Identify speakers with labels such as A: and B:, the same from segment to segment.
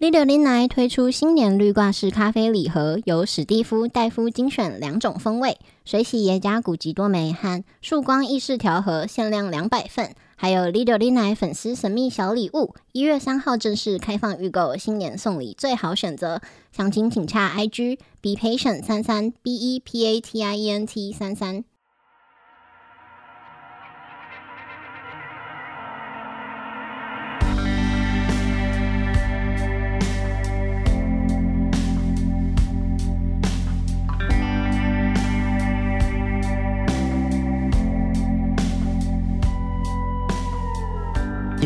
A: 绿柳林来推出新年绿挂式咖啡礼盒，由史蒂夫、戴夫精选两种风味，水洗耶加古籍多梅和曙光意式调和，限量两百份。还有 Lido l i n a 粉丝神秘小礼物，一月三号正式开放预购，新年送礼最好选择。详情请洽 IG be patient 三三 b e p a t i e n t 三三。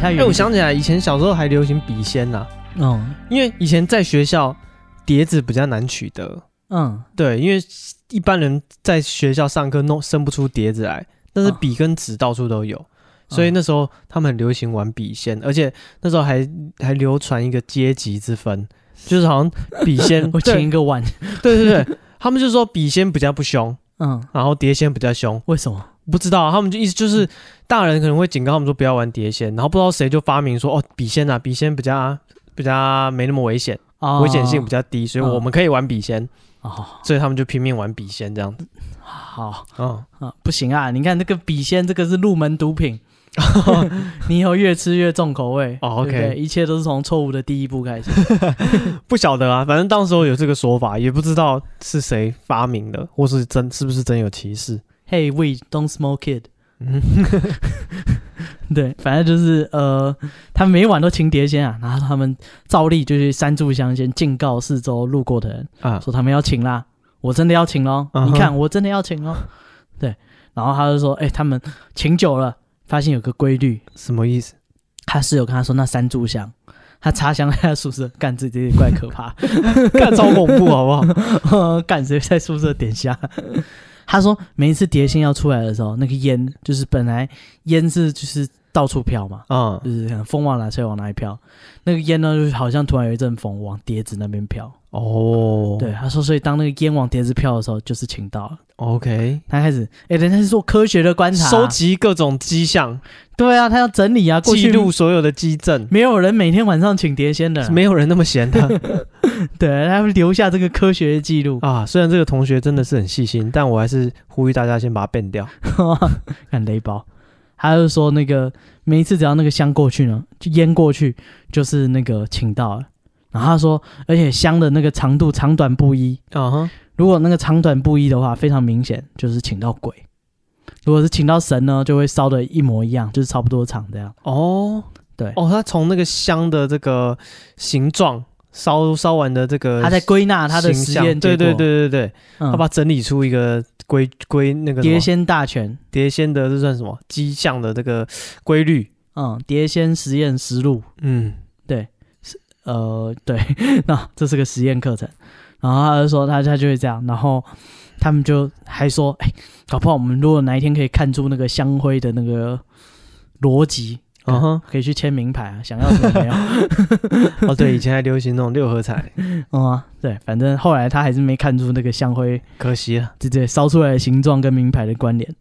B: 哎、
C: 哎，我想起来以前小时候还流行笔仙呐、
B: 嗯
C: 因为以前在学校碟子比较难取得，
B: 嗯，
C: 对，因为一般人在学校上课弄生不出碟子来，但是
B: 啊，
C: 笔跟纸到处都有。所以那时候他们很流行玩笔仙，而且那时候还还流传一个阶级之分，就是好像笔仙
B: 我
C: 对
B: 请一个碗，
C: 对对对，他们就说笔仙比较不凶，
B: 嗯，
C: 然后碟仙比较凶，
B: 为什么？
C: 不知道啊他们就意思
B: 嗯
C: 就是大人可能会警告他们说不要玩碟仙，然后不知道谁就发明说哦笔仙啊，笔仙比较比较没那么危险，
B: 哦
C: 危险性比较低，所以我们可以玩笔仙，
B: 哦，
C: 所以他们就拼命玩笔仙这样子。
B: 好
C: 嗯，
B: 啊，不行啊！你看这个笔仙，这个是入门 毒品，你以后越吃越重口味。
C: 哦，OK
B: 对不对一切都是从错误的第一步 开始。
C: 不晓得啊，反正当时候有这个说法，也不知道是谁发明的，或是真是不是真有其事。
B: hey, we don't smoke it
C: 嗯。
B: 对，反正就是呃，他们每晚都请碟仙啊，然后他们照例就去三炷香先敬告四周路过的人，
C: 啊，
B: 说他们要请啦，我真的要请喽
C: 嗯哼
B: 你看我真的要请喽。对，然后他就说，哎、他们请久了，发现有个规律，
C: 什么意思？
B: 他室友跟他说那三炷香，他插香在他宿舍，干自己怪可怕，
C: 干超恐怖好不 好？
B: 干谁在宿舍点香？他说每一次碟仙要出来的时候，那个烟就是本来烟是就是到处飘嘛，
C: 啊、
B: 就是可能风往哪吹往哪里飘，那个烟呢就是好像突然有一阵风往碟子那边飘。
C: 哦，
B: 对，他说所以当那个烟往碟子飘的时候，就是请到了。
C: ，OK，
B: 他开始，哎、人家是做科学的观察、
C: 收，集各种迹象，
B: 对啊，他要整理啊，过去
C: 记录，所有的迹证，
B: 没有人每天晚上请碟仙的啦，
C: 没有人那么闲啊的
B: 对，他会留下这个科学的记录。
C: 啊。虽然这个同学真的是很细心，但我还是呼吁大家先把它变掉。
B: 看雷包，他就说那个每一次只要那个香过去呢，就烟过去，就是那个请到了。然后他说，而且香的那个长度长短不一，
C: 啊哈，
B: 如果那个长短不一的话，非常明显就是请到鬼；如果是请到神呢，就会烧的一模一样，就是差不多长这样。
C: 哦，
B: 对
C: 哦，他从那个香的这个形状烧烧完的这个
B: 他在归纳他的
C: 呃形
B: 实
C: 象
B: 验结
C: 对对
B: 果，
C: 对对对，
B: 嗯，
C: 他把它整理出一个规规那个什么
B: 碟仙大全，
C: 碟仙的这算什么迹象的这个规律？
B: 嗯，碟仙实验实录，
C: 嗯，
B: 呃， 对，那这是个实验课程。然后他就说他他就会这样，然后他们就还说，哎，搞不好我们如果哪一天可以看出那个香灰的那个逻辑，
C: 啊哈，
B: 可以去签名牌啊，想要什么没 有？
C: 哦对，以前还流行那种六合彩，
B: 嗯啊，对，反正后来他还是没看出那个香灰
C: 可惜了。
B: 这这烧出来的形状跟名牌的关联。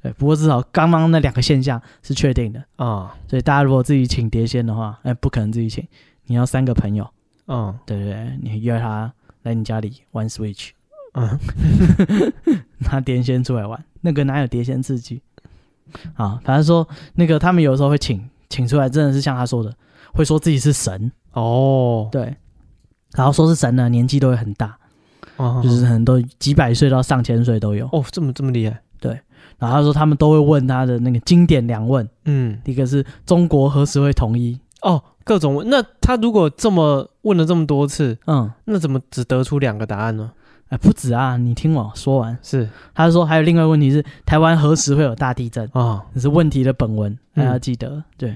B: 对，不过至少刚刚那两个现象是确定的，
C: 啊，
B: 所以大家如果自己请碟仙的话，哎，不可能自己请，你要三个朋友。
C: 嗯
B: 对对对，你约他来你家里玩 Switch，
C: 嗯，
B: 拿碟仙出来玩，那个哪有碟仙刺激？啊，反正说那个他们有时候会请请出来，真的是像他说的，会说自己是神，
C: 哦，
B: 对，然后说是神呢，年纪都会很大，
C: 啊
B: 就是很多几百岁到上千岁都有。
C: 哦，这么这么厉害，
B: 然后他说他们都会问他的那个经典两问，
C: 嗯，
B: 一个是中国何时会统一？
C: 哦，各种问。那他如果这么问了这么多次，
B: 嗯，
C: 那怎么只得出两个答案呢？
B: 哎，不止啊，你听我说完。
C: 是
B: 他说还有另外一个问题是台湾何时会有大地震？
C: 啊，
B: 这是问题的本文，大家
C: 嗯
B: 记得、对。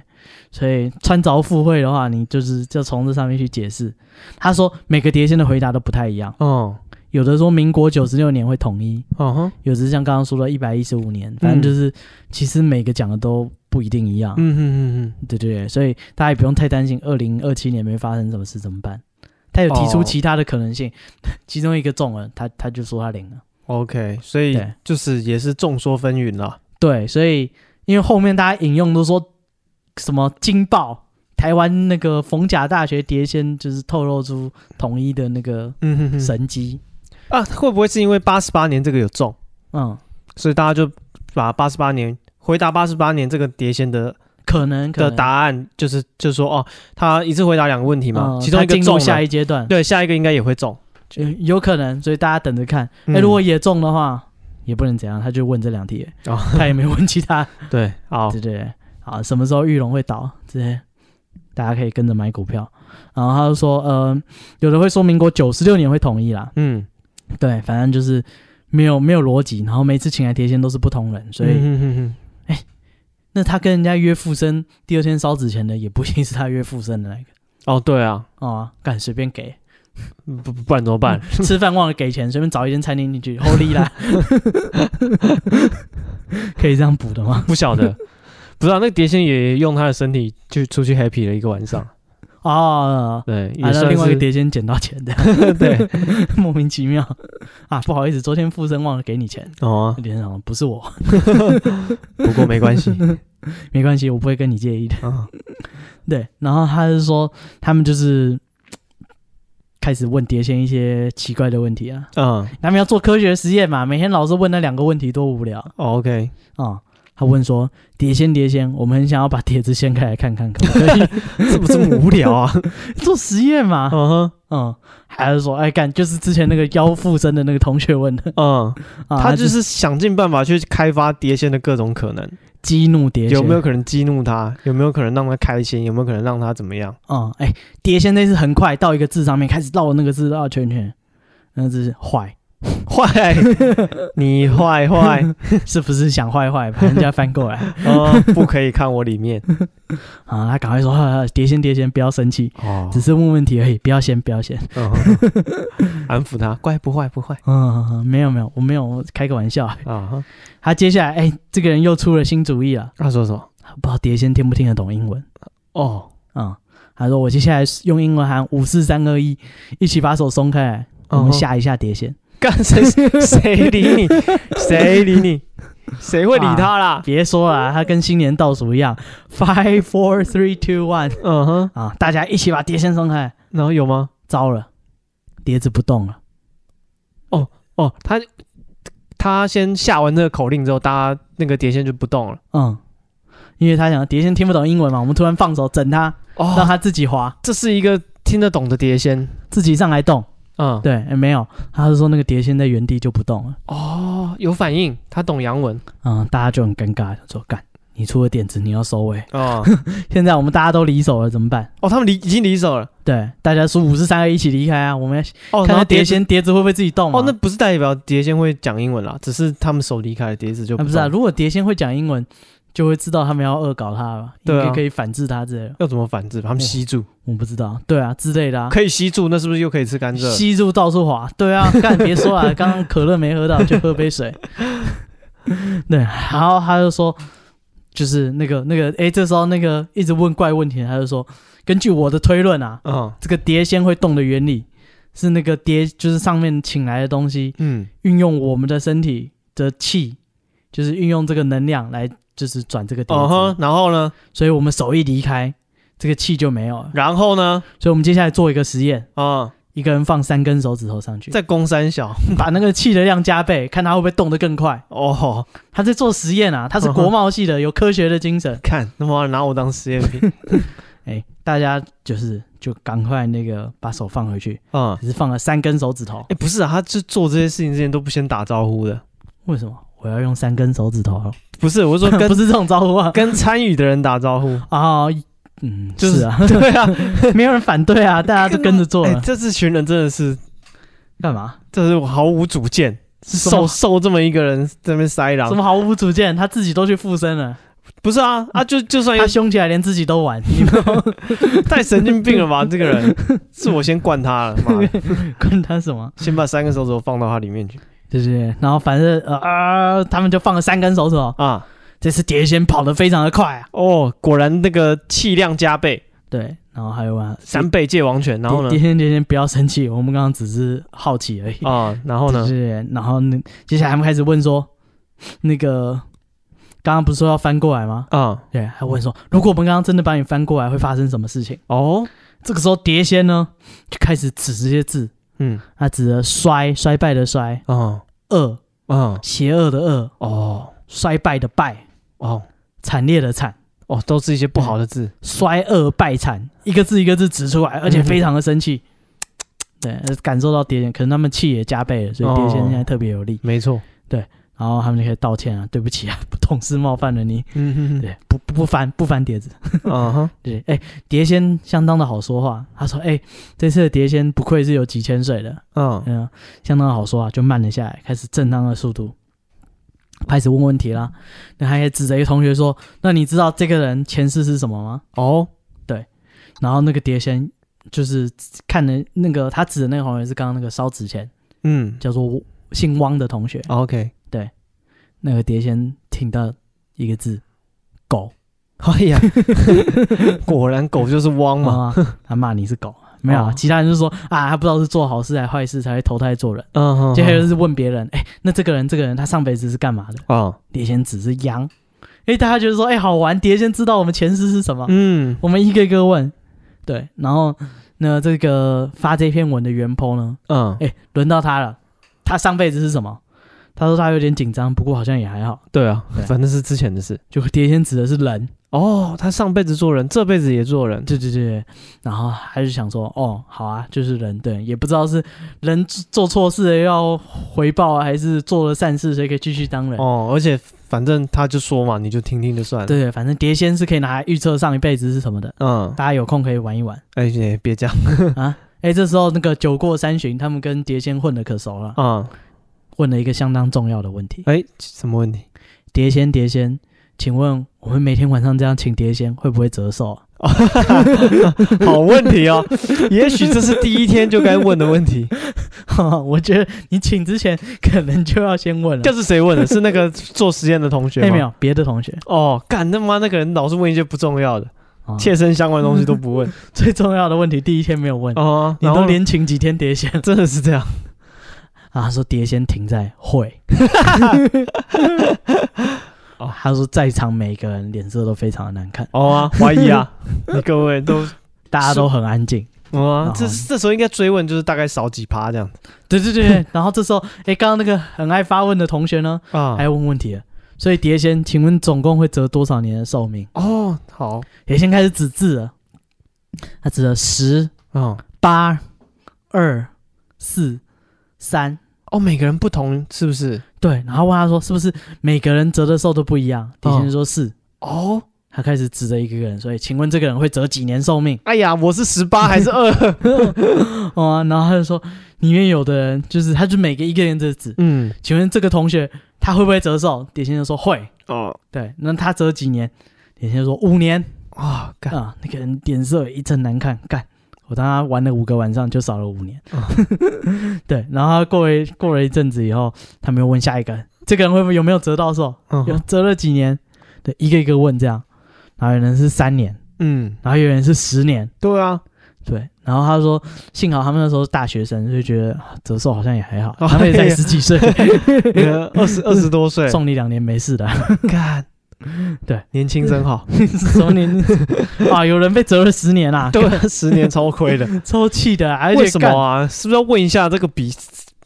B: 所以穿凿附会的话，你就是就从这上面去解释。他说每个碟仙的回答都不太一样，
C: 哦，
B: 有的说民国九十六年会统一，
C: 啊哈，
B: 有的是像刚刚说的一百一十五
C: 嗯
B: 年，反正就是、其实每个讲的都不一定一样。
C: 嗯嗯嗯
B: 对对对，所以大家也不用太担心，二零二七年没发生什么事怎么办？他有提出
C: 哦
B: 其他的可能性，其中一个中了，他他就说他领了。
C: ，OK，所以
B: 对
C: 就是也是众说纷纭啦。
B: 对，所以因为后面大家引用都说什么惊爆，台湾那个逢甲大学碟仙就是透露出统一的那个
C: 嗯哼哼
B: 神机，
C: 啊，会不会是因为八十八年这个有中，
B: 嗯，
C: 所以大家就把八十八年回答八十八年这个碟仙的
B: 可能可
C: 的
B: 能
C: 答案，就是就是说哦，他一次回答两个问题嘛，
B: 嗯
C: 其中一
B: 它
C: 个
B: 进入
C: 中
B: 下
C: 一
B: 一阶段，
C: 对下一个应该也会中。
B: 有有可能，所以大家等着看。哎、
C: 嗯
B: 如果也中的话，也不能怎样，他就问这两题，
C: 哦
B: 他也没问其 他，
C: 对，好
B: 对，不对？好，什么时候玉龙会倒？这些大家可以跟着买股票。然后他就说，呃，有的会说民国九十六年会统一啦，
C: 嗯，
B: 对，反正就是没有没有逻辑，然后每次请来碟仙都是不同人，所以、
C: 嗯哼哼哼
B: 那他跟人家约附身，第二天烧纸钱的也不一定是他约附身的那个
C: 哦，对啊，
B: 哦，敢随便给，
C: 不不然怎么办？
B: 吃饭忘了给钱，随便找一间餐厅进去，Holy 啦， 可以这样补的吗？
C: 不晓得，不知道、那个碟仙也用他的身体去出去 happy 了一个晚上，
B: 哦，
C: 对，
B: 啊，
C: 也
B: 那
C: 算
B: 另外一个
C: 是
B: 碟仙捡到钱的，
C: 对，
B: 莫名其妙啊，不好意思，昨天附身忘了给你钱，
C: 哦啊，
B: 碟仙长不是我，
C: 不过没 关系，
B: 没关系，我不会跟你介意的。
C: 啊，
B: 对，然后他是说他们就是开始问碟仙一些奇怪的问题啊，
C: 嗯
B: 他们要做科学实验嘛，每天老是问那两个问题多无聊啊、
C: 哦，OK，
B: 哦他问说：“碟仙，碟仙，我们很想要把碟子掀开来看看，可不可 以
C: 这么这么无聊啊？
B: 做实验嘛？”
C: 嗯哼，
B: 嗯，还是说，哎，干，就是之前那个腰附身的那个同学问的，
C: 嗯，
B: 啊、
C: 他
B: 就
C: 就是想尽办法去开发碟仙的各种可能，
B: 激怒碟仙，
C: 有没有可能激怒他？有没有可能让他开心？有没有可能让他怎么样？
B: 嗯，哎，碟仙那次很快到一个字上面开始绕那个字绕圈圈，那字是坏，
C: 坏，你坏坏，
B: 是不是想坏坏把人家翻过来
C: 哦，不可以看我里面
B: 啊？他赶快说，啊碟仙，碟仙，不要生气，
C: 哦
B: 只是问问题而已，不要先，不要先。
C: 嗯哼哼哼嗯安抚他，乖，不坏不坏
B: 嗯，没有没有，我没有，我开个玩笑。
C: 啊哈。
B: 他接下来，哎，这个人又出了新主意了，
C: 他说什么？
B: 不知道碟仙听不听得懂英文。
C: 哦，
B: 嗯，他说我接下来用英文喊五四三二一，一起把手松开来，我
C: 嗯
B: 们
C: 哼
B: 下一下碟仙。
C: 干谁谁理你？谁理你？谁会理他啦？
B: 别说了，他跟新年倒数一样，five four three two one
C: 嗯哼，
B: 啊，大家一起把碟仙松开。
C: 然后有吗？
B: 糟了，碟子不动了。
C: 哦，他他先下完这个口令之后，大家那个碟仙就不动了。
B: 嗯，因为他想碟仙听不懂英文嘛，我们突然放手整他，让
C: 哦，
B: 他自己滑，
C: 这是一个听得懂的碟仙。
B: 自己上来动。
C: 嗯，
B: 对，哎没有，他是说那个碟仙在原地就不动了。
C: 哦，有反应，他懂洋文。
B: 嗯，大家就很尴尬，想说干，你出了点子，你要收尾。
C: 哦，
B: 现在我们大家都离手了，怎么办？
C: 哦，他们离已经离手了。
B: 对，大家数五十三二一起离开啊！我们要
C: 哦，然
B: 看看
C: 后
B: 碟
C: 碟仙。
B: 仙碟子会不会自己动啊嘛
C: 哦，那不是代表碟仙会讲英文啦，只是他们手离开了，碟子就
B: 啊不是啊，
C: 动了
B: 如果碟仙会讲英文，就会知道他们要恶搞他了，
C: 对啊
B: 应该可以反制他之类的。
C: 要怎么反制？把他们吸住，
B: 我不知道，对啊之类的啊，
C: 可以吸住，那是不是又可以吃甘蔗？
B: 吸入到处滑，对啊，干别说了，刚刚可乐没喝到，就喝杯水。对，然后他就说，就是那个那个，哎，这时候那个一直问怪问题的，他就说，根据我的推论啊，
C: 嗯
B: 这个碟仙会动的原理是那个碟，就是上面请来的东西
C: 嗯，
B: 运用我们的身体的气，就是运用这个能量来就是转这个碟子，
C: 哦哼，然后呢？
B: 所以我们手一离开，这个气就没有了。
C: 然后呢？
B: 所以我们接下来做一个实验，
C: 啊、
B: 一个人放三根手指头上去，
C: 在攻山小
B: 把那个气的量加倍，看它会不会动得更快。
C: 哦，
B: 他在做实验啊，他是
C: 嗯哼
B: 国贸系的，有科学的精神。
C: 看他妈拿我当实验 品
B: 哎，大家就是就赶快那个把手放回去，
C: 啊！哎、
B: 只是放了三根手指头。
C: 不是啊，他就做这些事情之前都不先打招呼的，
B: 为什么我要用三根手指头？啊
C: 不是？我是 说跟
B: 不是这种招呼啊！
C: 跟参与的人打招呼，
B: 啊、嗯，
C: 就是是
B: 啊，
C: 对啊，
B: 没有人反对啊，大家都跟着做
C: 哎、
B: 了，
C: 这这群人真的是，
B: 干嘛？
C: 这是毫无主见，
B: 什
C: 受
B: 么
C: 受这么一个人在那边塞
B: 啊什
C: 狼，
B: 么毫无主见？他自己都去附身了，
C: 不是啊啊，就就算
B: 他凶起来连自己都玩， 你们
C: 太神经病了吧？这个人是我先灌他了，妈 的，
B: 关他什么？
C: 先把三个手指头放到他里面去
B: 对对对，然后反正呃啊、他们就放了三根手指头，
C: 啊！
B: 这次碟仙跑得非常的快啊，
C: 哦，果然那个气量加倍，
B: 对，然后还有啊，
C: 三倍界王拳，然后呢
B: 碟？碟仙碟仙不要生气，我们刚刚只是好奇而已，
C: 啊，然后呢
B: 对？对对，然后呢，接下来他们开始问说，那个刚刚不是说要翻过来吗？
C: 嗯，
B: 对，还问说，如果我们刚刚真的把你翻过来，会发生什么事情？
C: 哦，
B: 这个时候碟仙呢就开始指这些字，
C: 嗯，
B: 他指的衰衰败的衰，
C: 嗯，
B: 恶
C: 嗯，
B: 邪恶的恶，
C: 哦，
B: 衰败的败，
C: 哦，
B: 惨烈的惨，
C: 哦，都是一些不好的字，
B: 衰恶败惨，一个字一个字指出来，而且非常的生气。对，感受到碟仙，可能他们气也加倍了，所以碟仙现在特别有力。
C: 没错，
B: 然后他们就可以道歉啊，对不起啊，不同事冒犯了你，
C: 嗯
B: 对，不不不翻不翻碟子，
C: 哼，啊哈，
B: 对，哎，碟仙相当的好说话，他说，哎，这次的碟仙不愧是有几千岁的，
C: 嗯，
B: 嗯，相当的好说啊，就慢了下来，开始正当的速度，开始问问题啦。那他也指着一个同学说：“那你知道这个人前世是什么吗
C: 哦，？”
B: 然后那个碟仙就是看了那个他指的那个同学是刚刚那个烧纸钱
C: 嗯
B: 叫做姓汪的同学，
C: ，OK，
B: 那个碟仙听到一个字“狗
C: 哎呀， 果然狗就是”，汪嘛，
B: 啊，他骂你是狗。没有啊，
C: 哦
B: 其他人就说啊，他不知道是做好事还是坏事才会投胎做人。
C: 嗯哼，
B: 接下来就是问别人，哎、那这个人，这个人他上辈子是干嘛的？
C: 啊，
B: 碟仙只是羊。哎，大家觉得说，哎，好玩，碟仙知道我们前世是什么，
C: 嗯，
B: 我们一个一个问。对，然后那这个发这篇文的原 po 呢，
C: 嗯，
B: 哎，轮到他了，他上辈子是什么？他说他有点紧张，不过好像也还好。
C: 对啊
B: 对，
C: 反正是之前的事。
B: 就碟仙指的是人，
C: 哦，他上辈子做人，这辈子也做人，
B: 对对对，对然后他就想说，哦，好啊，就是人，对，也不知道是人做错事要回报啊，还是做了善事，所以可以继续当人。
C: 哦，而且反正他就说嘛，你就听听就算了。，
B: 对对，反正碟仙是可以拿来预测上一辈子是什么的，
C: 嗯，
B: 大家有空可以玩一玩。
C: 哎，也别这样，
B: 哎、这时候那个酒过三巡，他们跟碟仙混的可熟了，
C: 嗯，
B: 问了一个相当重要的问题：
C: 哎，什么问题？
B: 碟仙，碟仙，请问我们每天晚上这样请碟仙会不会折寿、啊？
C: 好问题哦，也许这是第一天就该问的问题。
B: 我觉得你请之前可能就要先问了
C: 这。是谁问的？是那个做实验的同学
B: 哎，没
C: 吗？
B: 有别的同学，
C: 哦，干他妈那个人老是问一些不重要的、
B: 啊
C: 切身相关的东西都不问
B: 最重要的问题第一天没有 问，
C: 哦，
B: 你
C: 然
B: 都
C: 后
B: 连请几天碟仙
C: 真的是这样，
B: 啊？他说碟仙停在 会。哦，他说在场每个人脸色都非常的难看，
C: 哦啊，怀疑啊， 你各位都
B: 大家都很安静。
C: 哦啊
B: 然后，
C: 这这时候应该追问，就是大概少几趴这样
B: 对对对，对 然后这时候，哎，刚刚那个很爱发问的同学呢，
C: 啊
B: 还问问题了。所以碟仙，请问总共会折多少年的寿命？
C: 哦，好，
B: 碟仙开始指字了，他指了十
C: 嗯，
B: 八、二、四、三，
C: 哦，每个人不同是不是？
B: 对，然后问他说是不是每个人折的寿都不一样？碟仙就说是，
C: 哦，
B: 他开始指着一个人，所以请问这个人会折几年寿命？
C: 哎呀，我是十八还是二？
B: 哦、然后他就说里面有的人就是，他就每个一个人在指，
C: 嗯，
B: 请问这个同学他会不会折寿？碟仙就说会，
C: 哦
B: 对，那他折几年？碟仙就说五年。
C: 啊，干，
B: 啊，那个人脸色一阵难看，干，我当他玩了五个晚上就少了五年。
C: 啊
B: 对，然后他过了一过了一阵子以后，他们又问下一个人，这个人会不会有没有折到寿？有
C: 嗯
B: 折了几年？对，一个一个问这样，然后有人是三年，
C: 嗯，
B: 然后有人是十年，
C: 对 啊，
B: 对，然后他说幸好他们那时候是大学生，就觉得啊折寿好像也还好，
C: 哦
B: 他们也才十 几岁，
C: 呃二十二十多岁，
B: 送你两年没事的，
C: 干，
B: 对，
C: 年轻真好，
B: 什么年 啊？有人被折了十年啊，
C: 对啊，十年超亏 的，
B: 抽气的啊，而且
C: 为什么
B: 干
C: 啊？是不是要问一下这个比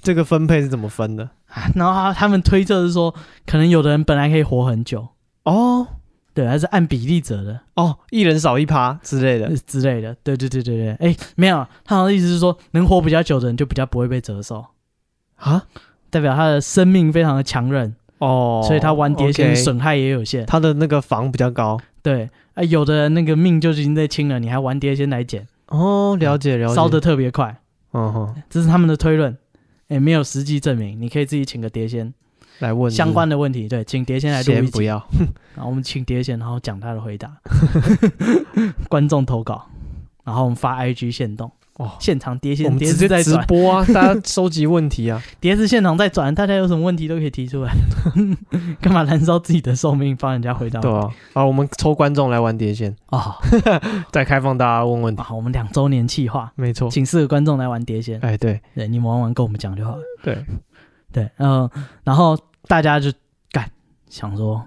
C: 这个分配是怎么分的？
B: 啊 然后他他们推测是说，可能有的人本来可以活很久，
C: 哦
B: 对，还是按比例折的
C: 哦，一人少一趴之类
B: 呃
C: 的。
B: 之类的，对对对对对，哎，没有，他好像意思是说，能活比较久的人就比较不会被折寿，
C: 啊，
B: 代表他的生命非常的强韧，
C: 哦，
B: 所以他玩碟仙
C: OK
B: 损害也有限，
C: 他的那个房比较高。
B: 对。啊，有的人那个命就已经在轻了，你还玩碟仙来捡，
C: 哦，了解了解。
B: 烧得，特别快，
C: 嗯哼，
B: 这是他们的推论，哎，没有实际证明，你可以自己请个碟仙
C: 来问
B: 相关的问题，对，请碟仙来录
C: 先
B: 一
C: 不
B: 集，
C: 要。
B: 然后我们请碟仙，然后讲他的回答， 观众投稿，然后我们发 IG 现动，
C: 哦，
B: 现场碟
C: 我
B: 仙
C: 们
B: 碟
C: 直
B: 子
C: 接
B: 在
C: 直
B: 转，
C: 播 啊，大家收集问题啊。
B: 碟子现场在转，大家有什么问题都可以提出来， 干嘛燃烧自己的寿命帮人家回 答？
C: 对啊，啊，我们抽观众来玩碟仙，
B: 哦，
C: 再开放大家问问题。
B: 好，我们两周年企划，
C: 没错。
B: 请四个观众来玩碟仙，
C: 哎，对
B: 对你们玩完跟我们讲就好了。呃
C: 对，
B: 对，嗯、然后大家就干想说，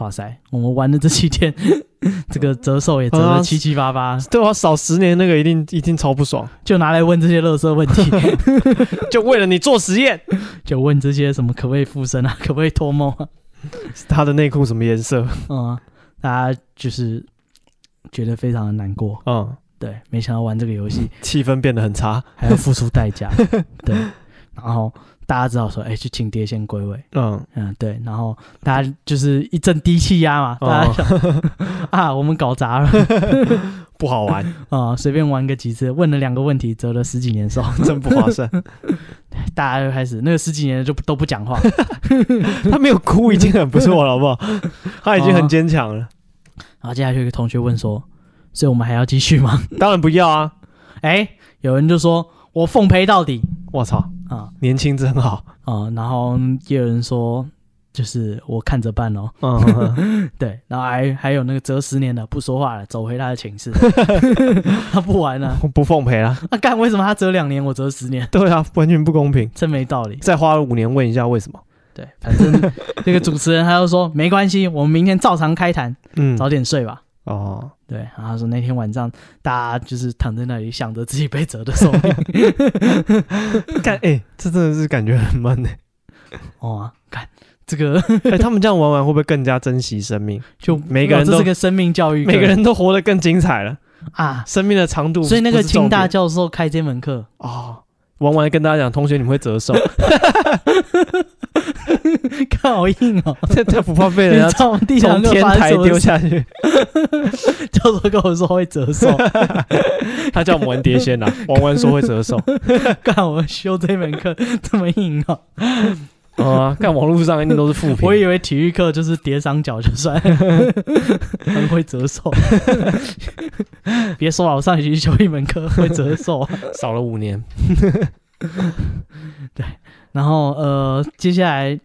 B: 哇塞，我们玩的这期间， 这个折寿也折
C: 啊
B: 的七七八八，
C: 对我少十年那个一定一定超不爽，
B: 就拿来问这些垃圾问 题，
C: 就为了你做实验，
B: 就问这些什么可不可以附身啊， 可不可以脱梦啊，
C: 他的内裤什么颜色？
B: 嗯啊，大家就是觉得非常的难过，
C: 嗯，
B: 对，没想到玩这个 游戏
C: 气氛变得很差。
B: 还要付出代价，对，然后大家知道说，哎、去请爹先归位，
C: 嗯，
B: 嗯，对，然后大家就是一阵低气压嘛，大家
C: 哦
B: 想、啊，我们搞砸了
C: 不好玩，
B: 啊，随、便玩个几次，问了两个问题，折了十几年寿，
C: 真不划 算。
B: 大家就开始那个十几年就不都不讲话，
C: 他没有哭已经很不错了，好不 好？他已经很坚强了。
B: 然后接下来就有一个同学问说，所以我们还要继续吗？
C: 当然不要啊！
B: 哎、有人就说我奉陪到底
C: 我操，
B: 啊
C: 年轻真好。
B: 啊，然后也有人说就是我看着办哦。
C: 嗯，
B: 对，然后还还有那个折十年的不说话了，走回他的 寝室， 他不玩了。
C: 嗯不奉陪啦。
B: 啊，干，为什么他折两年，我折十年，
C: 对啊，完全不公平。
B: 真没道 理。
C: 再花了五年问一下为什么？
B: 对，反正那个主持人他就说没关系，我们明天照常开坛，
C: 嗯，
B: 早点睡吧。
C: 哦，
B: 对，然后他说那天晚上大家就是躺在那里想着自己被折的寿 命，
C: 干哎、这真的是感觉很闷哎、
B: 哦、啊，看这个
C: 哎他们这样玩完会不会更加珍惜生命？
B: 就
C: 每个人
B: 这
C: 都
B: 是个生命教育课，
C: 每个人都活得更精彩了，
B: 啊。
C: 生命的长度。
B: 所以那个清大
C: 教
B: 教授开这 门课，
C: 哦，玩完跟大家讲，同学你们会折寿，
B: 看好硬哦！
C: 这这不怕被
B: 你
C: 人
B: 知
C: 家
B: 道我们第
C: 从
B: 三课
C: 天
B: 发生
C: 台
B: 什么
C: 丢
B: 事
C: 下去？
B: 教授跟我说会折 寿，
C: 他叫我们玩碟仙啊，玩完说会折寿。
B: 干我修这门课这么硬哦！
C: 哦啊，看网络上一定都是负
B: 我
C: 评。
B: 以为体育课就是跌伤脚就算， 很会折寿。别说了，我上学期修一门课会折寿。啊
C: 少了五年，
B: 然后呃，接下来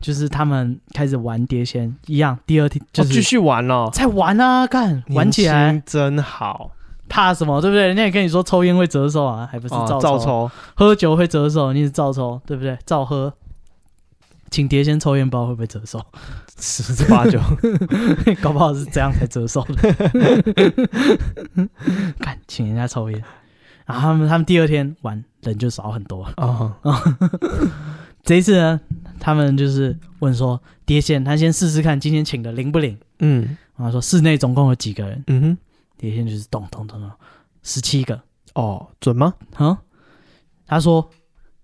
B: 就是他们开始玩碟仙，一样。第二天就、
C: 就是继续玩哦，
B: 在玩啊，干玩起来
C: 年轻真好，
B: 怕什么？对不对？人家也跟你说抽烟会折寿啊，还不
C: 不
B: 是照
C: 哦照
B: 抽？
C: 抽，
B: 喝酒会折寿，你是照抽，对不对？照喝。请碟仙抽烟包会不会折寿？
C: 十之八 九。
B: 搞不好是这样才折寿的。 敢请人家抽烟，然后他们他们第二天玩人就少很多了。
C: 哦，
B: 这一次呢，他们就是问说碟仙，他先试试看今天请的灵不灵。
C: 嗯
B: 然后说室内总共有几个人，
C: 嗯哼，
B: 碟仙就是咚咚咚咚，十七个。
C: 哦，准吗？
B: 嗯，他说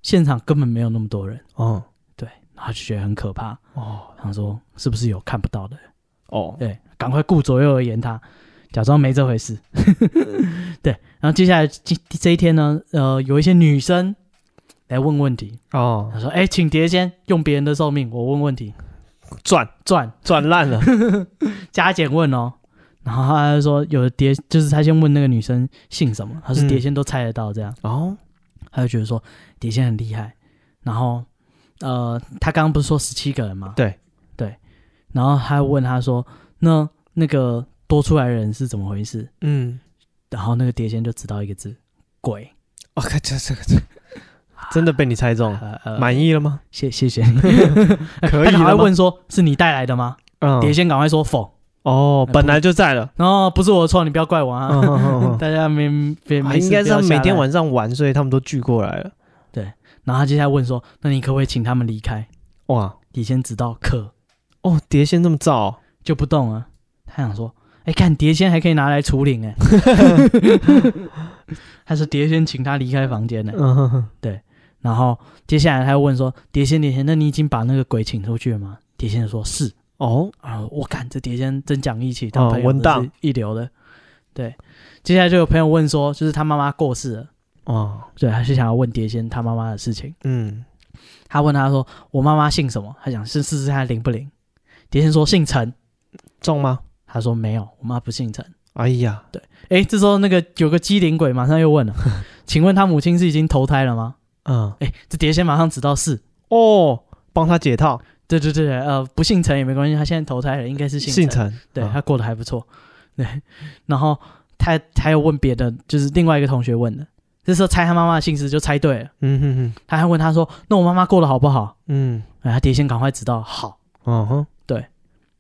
B: 现场根本没有那么多人，
C: 哦
B: 然后就觉得很可怕。
C: 哦
B: 他说是不是有看不到的人？
C: 哦，
B: 对，赶快顾左右而言他，假装没这回事。 对，然后接下来这这一天呢，呃，有一些女生来问问题，
C: 哦，
B: 她说：“哎、请碟仙用别人的寿命，我问问题，
C: 赚
B: 赚
C: 赚烂 了，
B: 加减问哦。”然后他就说：“有的碟就是他先问那个女生姓什么，他说
C: 嗯
B: 碟仙都猜得到，这样、
C: 哦，
B: 他就觉得说碟仙很厉害。然后呃，他刚刚不是说十七个人吗？
C: 对
B: 对，然后他问他说：那那个多出来的人是怎么回事？”
C: 嗯，
B: 然后那个碟仙就知道一个字“鬼
C: 哦，看这这个这个 真的被你猜”中，
B: 呃。呃，
C: 满意了吗？
B: 谢谢谢 你。
C: 可以
B: 他赶快
C: 了吗？
B: 问说：“是你带来的吗？”碟
C: 嗯，
B: 仙赶快说否。
C: 哦，
B: 哎
C: 本
B: 不
C: 来就在 了，
B: 然后不是我的错，你不要怪我
C: 嗯
B: 啊！
C: 嗯嗯嗯
B: 大家没别
C: 啊
B: 没事
C: 应该是他们每天。
B: 不要下来
C: 晚上玩，所以他们都聚过来了。
B: 然后他接下来问说：“那你可不可以请他们离开
C: 哇，？”
B: 碟仙知道可
C: 哦，碟仙这么燥哦，
B: 就不动了。他想说：“哎，看碟仙还可以拿来除灵哎。” 他说：“碟仙请他离开房间呢。
C: 嗯哼哼”
B: 然后接下来他又问说：“碟仙碟仙，那你已经把那个鬼请出去了吗？”碟仙就说：“是。”
C: 哦，
B: 啊、我看这碟仙真讲义气，
C: 哦
B: 当朋友
C: 文
B: 真
C: 档
B: 是一流的。对，接下来就有朋友问说，就是他妈妈过世了，
C: 哦，
B: 对，他是想要问碟仙他妈妈的事情。
C: 嗯，
B: 他问他说：“我妈妈姓什么？”他想是试试看灵不灵。碟仙说姓陈，
C: 中吗？
B: 他说没有，我妈不姓陈。
C: 哎呀，
B: 诶，这时候那个有个机灵鬼马上又问 了：“请问他母亲是已经投胎了吗
C: 嗯，？”
B: 诶，这碟仙马上知道是，
C: 哦，帮他解套，
B: 对对对，呃，不姓陈也没关系，他现在投胎了，应该是姓
C: 姓陈，
B: 对
C: 啊
B: 他过得还不错， 对，然后他他又问别的，就是另外一个同学问的，这时候猜他妈妈的姓氏就猜对了，
C: 嗯哼哼，
B: 他还问他说：“那我妈妈过得好不好
C: 嗯，？”
B: 哎，他爹先赶快知道好，
C: 哦哼，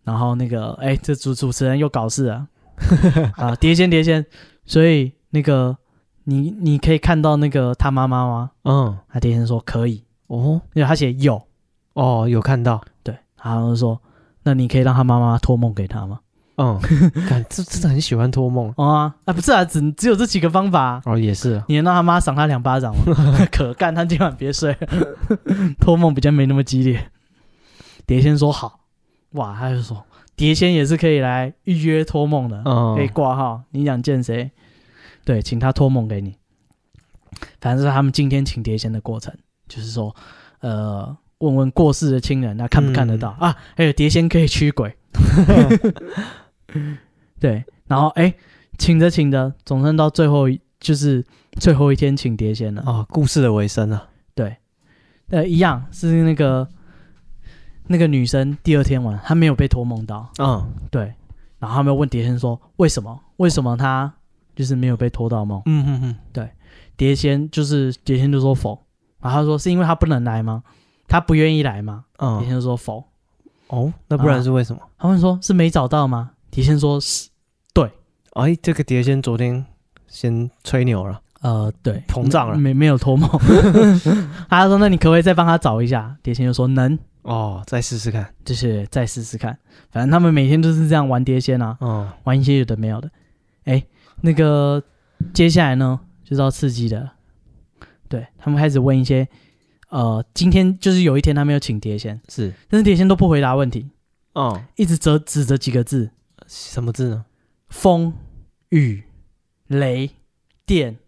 B: 然后那个哎、这主主持人又搞事啊啊，碟仙碟仙，所以那个你你可以看到那个他妈妈吗？
C: 嗯，
B: 啊，碟仙说可以，
C: 哦
B: 因为他写有，
C: 哦，有看到，
B: 对，然后就说那你可以让他妈妈托梦给他吗？
C: 嗯，看这真的很喜欢托梦
B: 哦啊，啊不是啊，只只有这几个方法啊、
C: 哦，也是啊，
B: 你能让他妈赏他两巴掌吗？可干，他今晚别睡了， 托梦比较没那么激烈。碟仙说好，哇，他就说碟仙也是可以来预约托梦的，
C: 嗯
B: 可以哎挂号，你想见谁？对，请他托梦给你。反正是他们今天请碟仙的过程，就是说，呃，问问过世的亲人，那看不看得到、啊？还有碟仙可以驱鬼， 对，然后哎，请着请着，总算到最后一就是最后一天请碟仙了。
C: 哦，故事的尾声啊，
B: 呃，一样是那个那个女生第二天晚，她没有被托梦到，
C: 嗯
B: 对，然后他们问碟仙说为什么？为什么她就是没有被托到梦？
C: 嗯嗯嗯，
B: 碟仙就是碟仙就说否，然后他说是因为他不能来吗？他不愿意来吗？碟
C: 嗯
B: 仙啊就说否。
C: 哦，那不然是为什么？
B: 他们说是没找到吗？碟仙说是，
C: 哎，这个碟仙昨天先吹牛了，
B: 呃，对，
C: 膨胀了
B: 没没有托梦。 他说那你可不可以再帮他找一下？碟仙就说能，
C: 哦，再试试看，
B: 就是再试试看。反正他们每天都是这样玩碟仙啊，
C: 嗯
B: 玩一些有的没有的。哎，那个接下来呢，就是要刺激的了。对他们开始问一些，呃，今天就是有一天他们要请碟仙，
C: 是，
B: 但是碟仙都不回答问题，
C: 嗯，
B: 一直指指着几个字：
C: 什么字呢？
B: 风、雨、雷、电、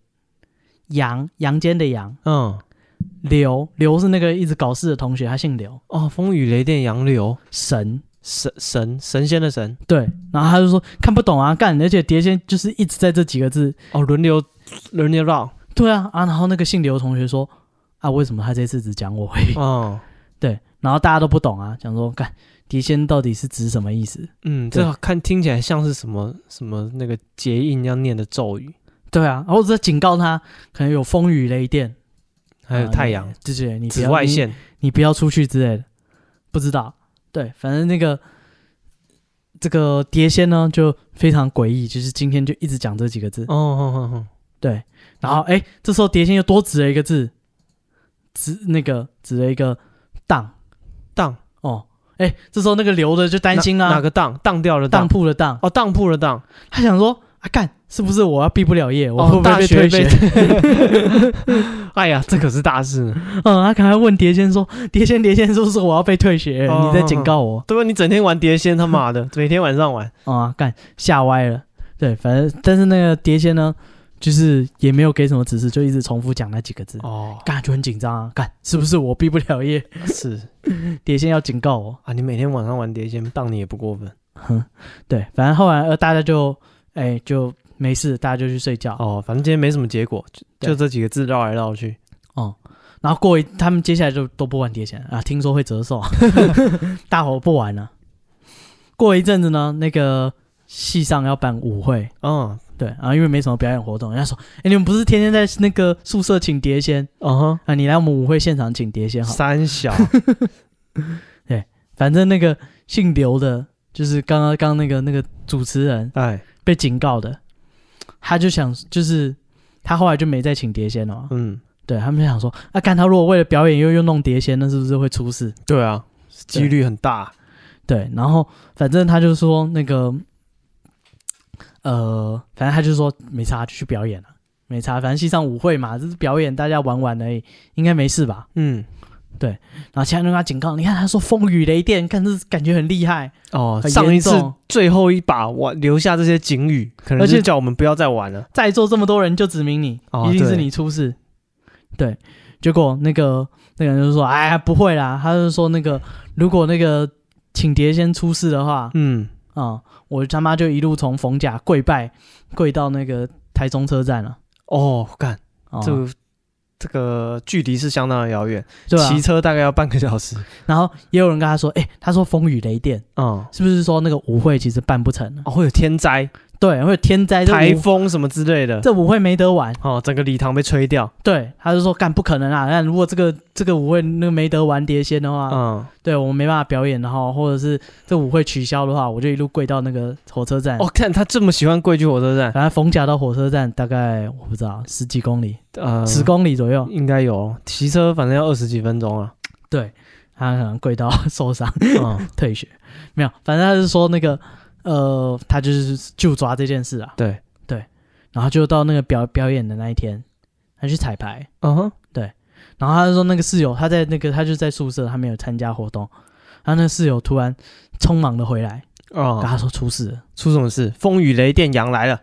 B: 阳，阳间的阳，
C: 嗯，
B: 刘，刘是那个一直搞事的同学，他姓刘，
C: 哦，风雨雷电杨柳，
B: 神，
C: 神神神仙的神，
B: 对，然后他就说看不懂啊，干，而且碟仙就是一直在这几个字，
C: 哦，轮流轮流绕，
B: 对啊啊，然后那个姓刘的同学说啊，为什么他这次只讲我而已？
C: 嗯
B: 对，然后大家都不懂啊，想说干碟仙到底是指什么意思？
C: 嗯，
B: 对
C: 这看听起来像是什么什么那个结印要念的咒语，
B: 对啊，然后在警告他可能有风雨雷电，
C: 还有
B: 啊
C: 太
B: 你
C: 阳、
B: 就是你不
C: 紫
B: 要
C: 外
B: 你
C: 线，
B: 你不要出去之类的，不知道。对，反正那个这个碟仙呢就非常诡异，就是今天就一直讲这几个字。
C: 哦哦哦哦，
B: 对，然后哎、这时候碟仙又多指了一个字，指那个指了一个当
C: 当
B: 哦，哎、这时候那个刘的就担心
C: 哪哪
B: 啦、
C: 个当当掉了
B: 当
C: 当
B: 铺的当，
C: 哦当铺的当
B: 他想说啊，干是不是我要毕不了业，我
C: 哦
B: 会不
C: 大
B: 会
C: 学
B: 被推被？
C: 哎呀，这可是大事呢，
B: 嗯，他赶快问碟仙说，碟仙碟仙是不是我要被退学？
C: 哦
B: 你在警告我？
C: 对吧？你整天玩碟仙，他妈 的，每天晚上玩，
B: 啊，干吓歪了。对，反正但是那个碟仙呢，就是也没有给什么指示，就一直重复讲那几个字，
C: 哦，
B: 干就很紧张啊，干是不是我毕不了业？
C: 是
B: 碟仙要警告我，
C: 啊，你每天晚上玩碟仙，当你也不过分
B: 哼，对，反正后来呃大家就哎就没事，大家就去睡觉。
C: 哦，反正今天没什么结果，就
B: 对
C: 就这几个字绕来绕去，
B: 哦然后过一他们接下来就都不玩碟仙啊，听说会折寿，大伙不玩了。过一阵子呢，那个戏上要办舞会，
C: 嗯
B: 对，然、后因为没什么表演活动，人家说，哎，你们不是天天在那个宿舍请碟仙？
C: 嗯哼，
B: 啊，你来我们舞会现场请碟仙好了，
C: 三小
B: 反正那个姓刘的，就是刚刚刚那个那个主持人
C: 哎，
B: 被警告的，他就想就是他后来就没再请碟仙了嘛。
C: 嗯，
B: 对他们就想说，啊，干他如果为了表演又又弄碟仙，那是不是会出事？
C: 对啊，几率很大，
B: 对，然后反正他就说那个，呃，反正他就说没差，就去表演了、没差，反正西上舞会嘛，这是表演，大家玩玩而已，应该没事吧？
C: 嗯，
B: 然后其他人跟他警告，你看他说风雨雷电，看这感觉很厉害，
C: 哦，
B: 很
C: 上
B: 严
C: 一次
B: 重
C: 最后一把玩留下这些警语，可能
B: 而且啊
C: 是叫我们不要再玩了。
B: 在座这么多人就指明你，
C: 哦
B: 一定是
C: 对
B: 你出事。对，结果那个那个人就说：“哎呀，不会啦。”他就说：“那个如果那个请碟仙出事的话，
C: 嗯，
B: 啊、我他妈就一路从逢甲跪拜跪到那个台中车站了。
C: 哦，干，
B: 哦
C: 这个这个距离是相当的遥远，
B: 对啊
C: 骑车大概要半个小时。
B: 然后也有人跟他说：“哎，他说风雨雷电，
C: 嗯，
B: 是不是说那个舞会其实办不成了
C: 哦，会有天灾，
B: 对，会有天灾，这舞
C: 台风什么之类的，
B: 这舞会没得玩。
C: 哦，整个礼堂被吹掉，
B: 对，他就说干不可能啊！那如果这个这个舞会那个没得玩碟仙的话，
C: 嗯，
B: 对我们没办法表演，然后或者是这舞会取消的话，我就一路跪到那个火车站。
C: 哦，看他这么喜欢贵去火车站，
B: 然后逢甲到火车站大概我不知道十几公里，
C: 呃，
B: 十公里左右，
C: 应该有，骑车反正要二十几分钟 啊，
B: 他可能跪到 受伤
C: 嗯，
B: 退学，没有，反正他是说那个呃，他就是就抓这件事啊，
C: 对
B: 对，然后就到那个表表演的那一天，他去彩排，
C: 嗯哼，
B: 然后他就说那个室友他在那个他就在宿舍，他没有参加活动，然后那个室友突然匆忙的回来，跟
C: 哦，
B: 他说出事了。
C: 出什么事？风雨雷电羊来了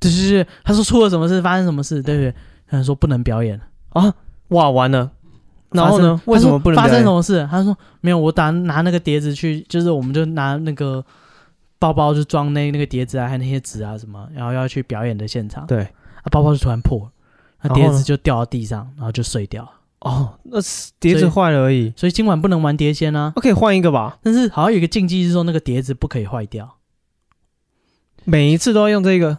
B: 对对对，他说出了什么事，发生什么事，对不对？他说不能表演。
C: 啊！哇，完了，然后呢
B: 发？生
C: 为什么不能
B: 他说
C: 表
B: 发生
C: 演
B: 什么事？他说没有，我打拿那个碟子去，就是我们就拿那个包包就装那那个碟子啊，还有那些纸啊什么，然后要去表演的现场。
C: 对
B: 啊，包包就突然破了，那
C: 然后
B: 碟
C: 呢
B: 子就掉到地上，然后就碎掉了。
C: 哦，那是碟子坏了而已，
B: 所以今晚不能玩碟仙啊。
C: 我可以换一个吧？
B: 但是好像有一个禁忌是说那个碟子不可以坏掉，
C: 每一次都要用这个，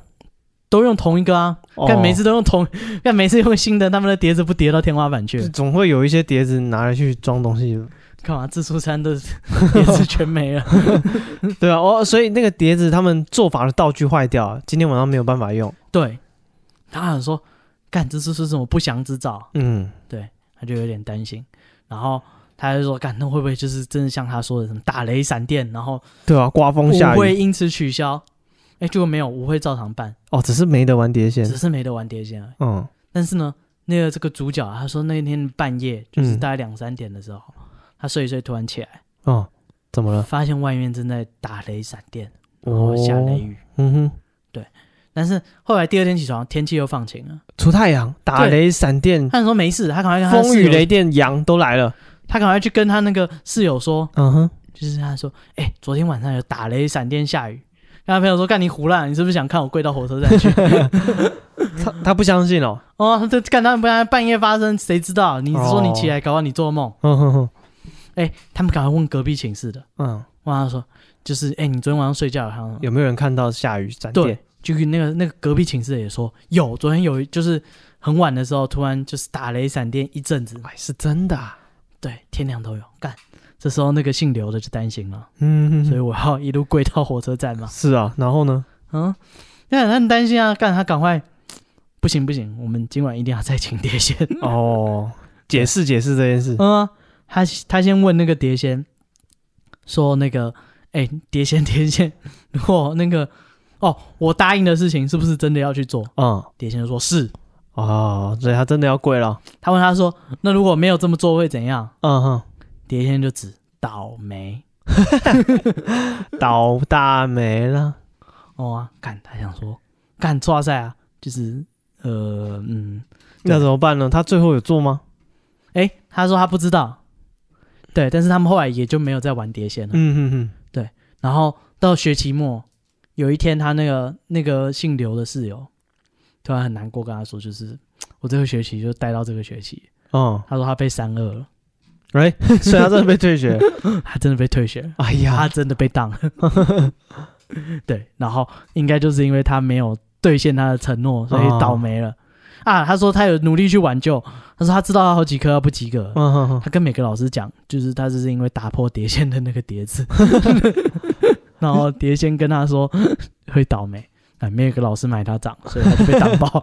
B: 都用同一个啊。
C: 哦
B: 但每次都用同，但每次用新的，他们的碟子不叠到天花板去了。
C: 总会有一些碟子拿来去装东西。
B: 干嘛？自助餐的 碟子全没了。
C: 对啊，哦，所以那个碟子他们做法的道具坏掉了，今天晚上没有办法用。
B: 对，他想说，干这是是什么不祥之兆？
C: 嗯，
B: 他就有点担心，然后他就说，干那会不会就是真的像他说的什么打雷闪电，然后
C: 对啊，刮风
B: 舞
C: 下
B: 会
C: 雨，
B: 因此取消？哎，结果没有，舞会照常办，
C: 哦，只是没得玩碟仙
B: 只。是没得玩碟仙而已。
C: 嗯，
B: 但是呢，那个这个主角啊、他说那天半夜就是
C: 嗯
B: 大概两三点的时候，他睡一睡突然起来，
C: 哦，怎么了？
B: 发现外面正在打雷闪电，然
C: 哦
B: 后下雷雨。
C: 嗯哼，
B: 但是后来第二天起床，天气又放晴了。
C: 出太阳，打
B: 对
C: 雷闪电，
B: 他说没事，他赶快跟他
C: 风
B: 室
C: 雨
B: 友
C: 雷电羊都来了。
B: 他赶快去跟他那个室友说，
C: 嗯哼，
B: 就是他说，哎、昨天晚上有打雷、闪电、下雨。然后他朋友说，干你胡乱，你是不是想看我跪到火车站去？
C: 他他不相信哦。
B: 哦，他这干他们不然半夜发生，谁知道？你说你起来，搞不好你做梦。
C: 嗯哼哼，
B: 哎、他们赶快问隔壁寝室的，
C: 嗯，
B: 问他说，就是哎、你昨天晚上睡觉了看到吗？
C: 有没有人看到下雨闪
B: 对
C: 电？，
B: 就是那个那个隔壁寝室的也说有，昨天有就是很晚的时候，突然就是打雷闪电一阵子，
C: 哎，是真的啊。
B: 对，天亮都有干。这时候那个姓刘的就担心了，
C: 嗯哼
B: 所以
C: 哼，
B: 我要一路跪到火车站嘛。
C: 是啊。然后呢？
B: 嗯，那他很担心啊，干他赶快，不行不行，我们今晚一定要再请碟仙。
C: 哦，解释解释这件事。
B: 嗯啊、他他先问那个碟仙，说那个，哎、碟仙 碟仙，如果那个，哦，我答应的事情是不是真的要去做？
C: 嗯，
B: 碟仙就说是。
C: 哦，所以他真的要跪了。
B: 他问他说，那如果没有这么做会怎样？
C: 嗯哼。
B: 碟仙就指倒霉。
C: 倒大霉了。
B: 哦啊，干他想说，干抓赛啊，就是呃嗯，
C: 那怎么办呢？他最后有做吗？
B: 哎，他说他不知道，对，但是他们后来也就没有再玩碟仙了。
C: 嗯嗯
B: 然后到学期末，有一天他那个那个姓刘的室友突然很难过，跟他说，就是我这个学期就待到这个学期。
C: 嗯，哦，
B: 他说他被三二了，
C: 哎，所以他真的被退学。
B: 他真的被退学了，
C: 哎
B: 他
C: 呀，
B: 真的被当了。 对，然后应该就是因为他没有兑现他的承诺，所以
C: 哦
B: 倒霉了。啊，他说他有努力去挽救，他说他知道他好几科要不及格，
C: 嗯哼哼
B: 他跟每个老师讲，就是他只是因为打破碟仙的那个 碟子，然后碟仙跟他说会倒霉，哎，没有一个老师买他账，所以他就被挡 爆。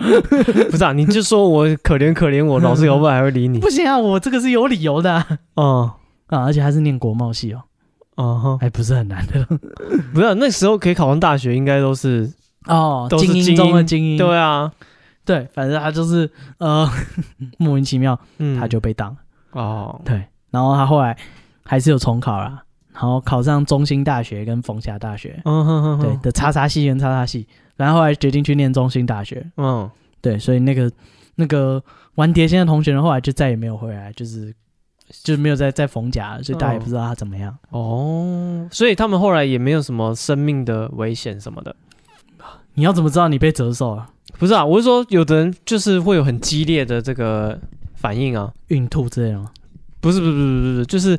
C: 不是啊，你就说我可怜可怜我，老师有嗯不还会理你
B: 不？行啊，我这个是有理由的啊，
C: 嗯
B: 啊而且还是念国贸系哦，
C: 嗯哼，
B: 还不是很难 的
C: 不是啊那时候可以考上大学，应该都是
B: 哦，
C: 都是
B: 精英中的精英，
C: 对啊。
B: 对，反正他就是呃 莫名其妙
C: 嗯，
B: 他就被挡，
C: 哦，
B: 对，然后他后来还是有重考啦，然后考上中兴大学跟逢甲大学，
C: 嗯哼哼
B: 对
C: 哼，
B: 的叉叉系跟叉叉系，然后后来决定去念中兴大学，
C: 嗯，
B: 对，所以那个那个玩碟仙的同学呢，后来就再也没有回来，就是就没有再再逢甲了，所以大家也不知道他怎么样，
C: 哦，所以他们后来也没有什么生命的危险什么的。
B: 你要怎么知道你被折寿啊？
C: 不是啊，我是说，有的人就是会有很激烈的这个反应啊。
B: 孕吐之类的吗？
C: 不是不是不是不是，就是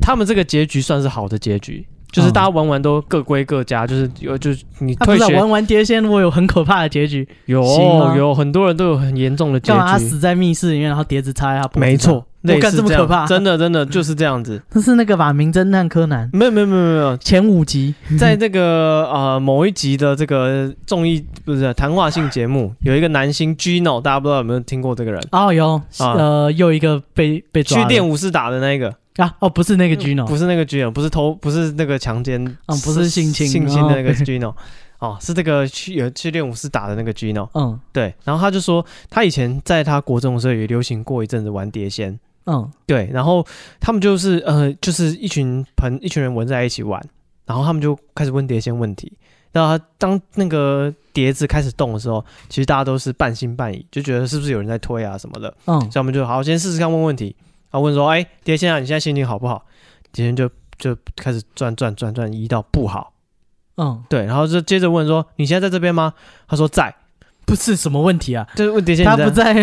C: 他们这个结局算是好的结局，就是大家
B: 嗯
C: 玩完都各归各家，就是有就是你
B: 啊，不
C: 退
B: 是啊
C: 学
B: 玩完碟仙，我有很可怕的结局，
C: 有
B: 行吗
C: 有很多人都有很严重的结
B: 干嘛他
C: 局，
B: 死在密室里面，然后碟子插在他脖子上
C: 没错，类
B: 我干
C: 似
B: 这么
C: 样
B: 可怕，
C: 真的真的就是这样子。
B: 这是那个吧，《名侦探柯南
C: 没有没有没有没有，》
B: 前五集，
C: 在那个呃某一集的这个综艺不是谈话性节目，
B: 啊
C: 有一个男星 Gino，大家不知道有没有听过这个人？
B: 哦有，
C: 啊
B: 呃，又一个被被抓
C: 去
B: 了
C: 练武士打的那个，
B: 啊，哦，不是那个 Gino，
C: 嗯不是那个 Gino，不是偷，不是那个强奸，
B: 嗯不是性侵
C: 性侵的那个
B: 哦
C: Gino，哦，是这个去有去练武士打的那个 Gino。
B: 嗯
C: 对，然后他就说，他以前在他国中的时候也流行过一阵子玩碟仙，
B: 嗯
C: 对，然后他们就是呃，就是一群朋一群人围在一起玩，然后他们就开始问碟仙问题。然后他当那个碟子开始动的时候，其实大家都是半信半疑，就觉得是不是有人在推啊什么的，
B: 嗯
C: 所以我们就好先试试看问问题。然后问说，哎、碟仙啊，你现在心情好不好？碟仙就就开始转转转转移到不好，
B: 嗯，
C: 对，然后就接着问说，你现在在这边吗？他说在，
B: 不是什么问题啊，
C: 就是问碟仙
B: 他
C: 你
B: 不在，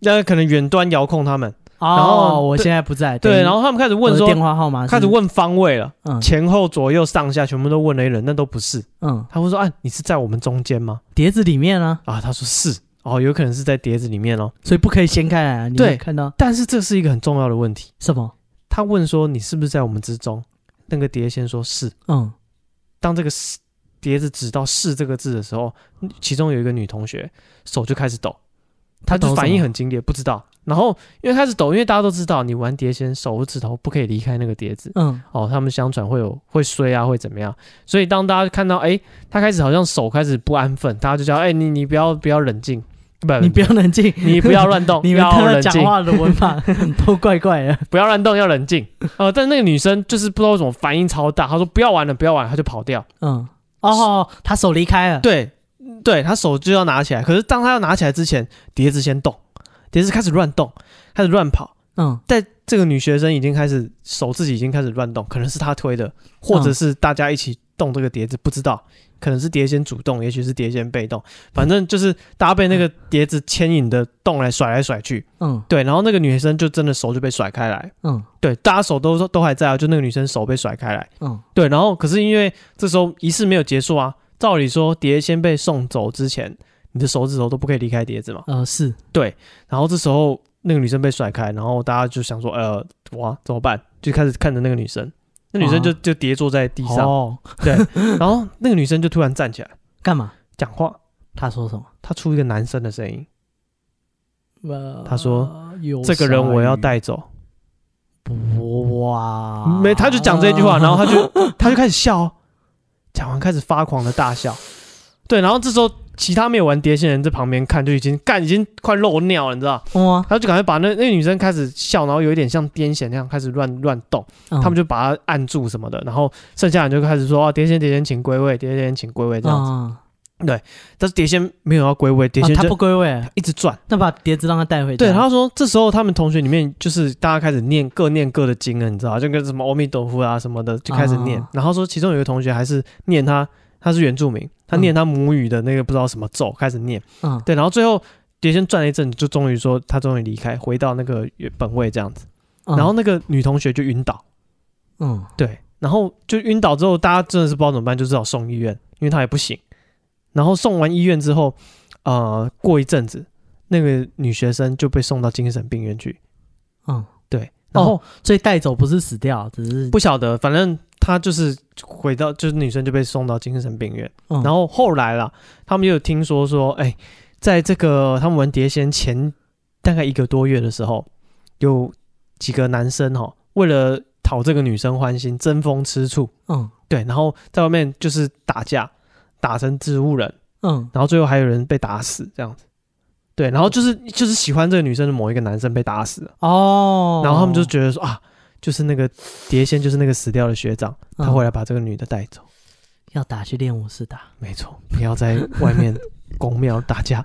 C: 那可能远端遥控他们，
B: 哦，我
C: 对
B: 现在不在，等
C: 对，
B: 于
C: 然后他们开始
B: 我
C: 问
B: 的
C: 说
B: 电，话号码是，
C: 开始问方位了，
B: 嗯
C: 前后左右上下全部都问了一轮，那都不是。
B: 嗯，
C: 他会说啊，你是在我们中间吗？
B: 碟子里面啊，
C: 啊，他说是，哦，有可能是在碟子里面哦。
B: 所以不可以掀开来啊，你
C: 对
B: 没看到
C: 但是这是一个很重要的问题。
B: 什么？
C: 他问说你是不是在我们之中？那个碟仙说是。
B: 嗯
C: 当这个是碟子指到是这个字的时候，其中有一个女同学手就开始抖，她
B: 她
C: 就
B: 抖什么
C: 反应很激烈，不知道。然后因为开始抖，因为大家都知道，你玩碟仙手指头不可以离开那个碟子，
B: 嗯
C: 哦，他们相传会有会衰啊，会怎么样？所以当大家看到，哎、他开始好像手开始不安分，大家就叫，哎、你你不要不要冷静，不，
B: 你不要冷静，
C: 你不要乱动，
B: 你们
C: 要
B: 他
C: 冷
B: 讲
C: 静，
B: 话的文法都怪怪的，
C: 不 要乱动，要冷静。哦、但那个女生就是不知道为什么反应超大，她说不要玩了，不要玩了，她就跑掉。
B: 嗯，哦，他手离开了，
C: 对，对，她手就要拿起来，可是当她要拿起来之前，碟子先动，碟子开始乱动，开始乱跑。
B: 嗯，
C: 但这个女学生已经开始手自己已经开始乱动，可能是她推的，或者是大家一起动这个碟子，不知道，可能是碟仙主动，也许是碟仙被动，反正就是大家被那个碟子牵引的动来甩来甩去，
B: 嗯
C: 对，然后那个女生就真的手就被甩开来，
B: 嗯
C: 对，大家手都都还在啊，就那个女生手被甩开来，
B: 嗯
C: 对，然后可是因为这时候仪式没有结束啊，照理说碟仙被送走之前，你的手指头都不可以离开碟子嘛，
B: 呃是，
C: 然后这时候那个女生被甩开，然后大家就想说，呃，哇，怎么办？就开始看着那个女生，那女生就
B: 啊
C: 就跌坐在地上，
B: 哦，
C: 然后那个女生就突然站起来
B: 干嘛？
C: 讲话，
B: 他说什么？
C: 她出一个男生的声音，
B: 呃
C: 他说
B: 有
C: 这个人我要带走，
B: 哇，
C: 没，他就讲这句
B: 啊
C: 话，然后他就他就开始笑哦，讲完开始发狂的大笑，对，然后这时候其他没有玩碟仙的人在旁边看，就已经干已经快漏尿了，你知道？
B: 哇，
C: 他就赶快把那那个女生开始笑，然后有一点像癫痫那样开始乱乱动。他们
B: 就
C: 就把他按住什么的，然后剩下人就开始说啊，碟仙碟仙请归位，碟仙碟仙请归位这样子。
B: 子，
C: 但是碟仙没有要归位，碟仙
B: 嗯啊他
C: 就
B: 不归位，
C: 哦一直转。
B: 那把碟子让他带回家，
C: 对，他说这时候他们同学里面就是大家开始念各念各的经了，你知道吧，就跟什么阿弥陀佛啊什么的就开始念
B: 啊。
C: 然后说其中有一个同学还是念他他是原住民，他念他母语的那个不知道什么咒开始念。
B: 嗯
C: 对，然后最后碟仙转了一阵，就终于说他终于离开，回到那个原本位这样子。
B: 嗯，
C: 然后那个女同学就晕倒。
B: 嗯
C: 对，然后就晕倒之后，大家真的是不知道怎么办，就只好送医院，因为他也不醒。然后送完医院之后，呃，过一阵子，那个女学生就被送到精神病院去。
B: 嗯，
C: 对，然后
B: 哦所以带走不是死掉，只是
C: 不晓得，反正她就是回到，就是女生就被送到精神病院。
B: 嗯
C: 然后后来啦，他们又有听说说，哎、在这个他们玩碟仙前大概一个多月的时候，有几个男生哈，为了讨这个女生欢心，争风吃醋。
B: 嗯
C: 对，然后在外面就是打架，打成植物人，
B: 嗯
C: 然后最后还有人被打死这样子。对，然后就是就是喜欢这个女生的某一个男生被打死了，
B: 哦，
C: 然后他们就觉得说啊，就是那个碟仙，就是那个死掉的学长，他
B: 嗯
C: 回来把这个女的带走。
B: 要打去练武士打，
C: 没错，不要在外 面公庙打架，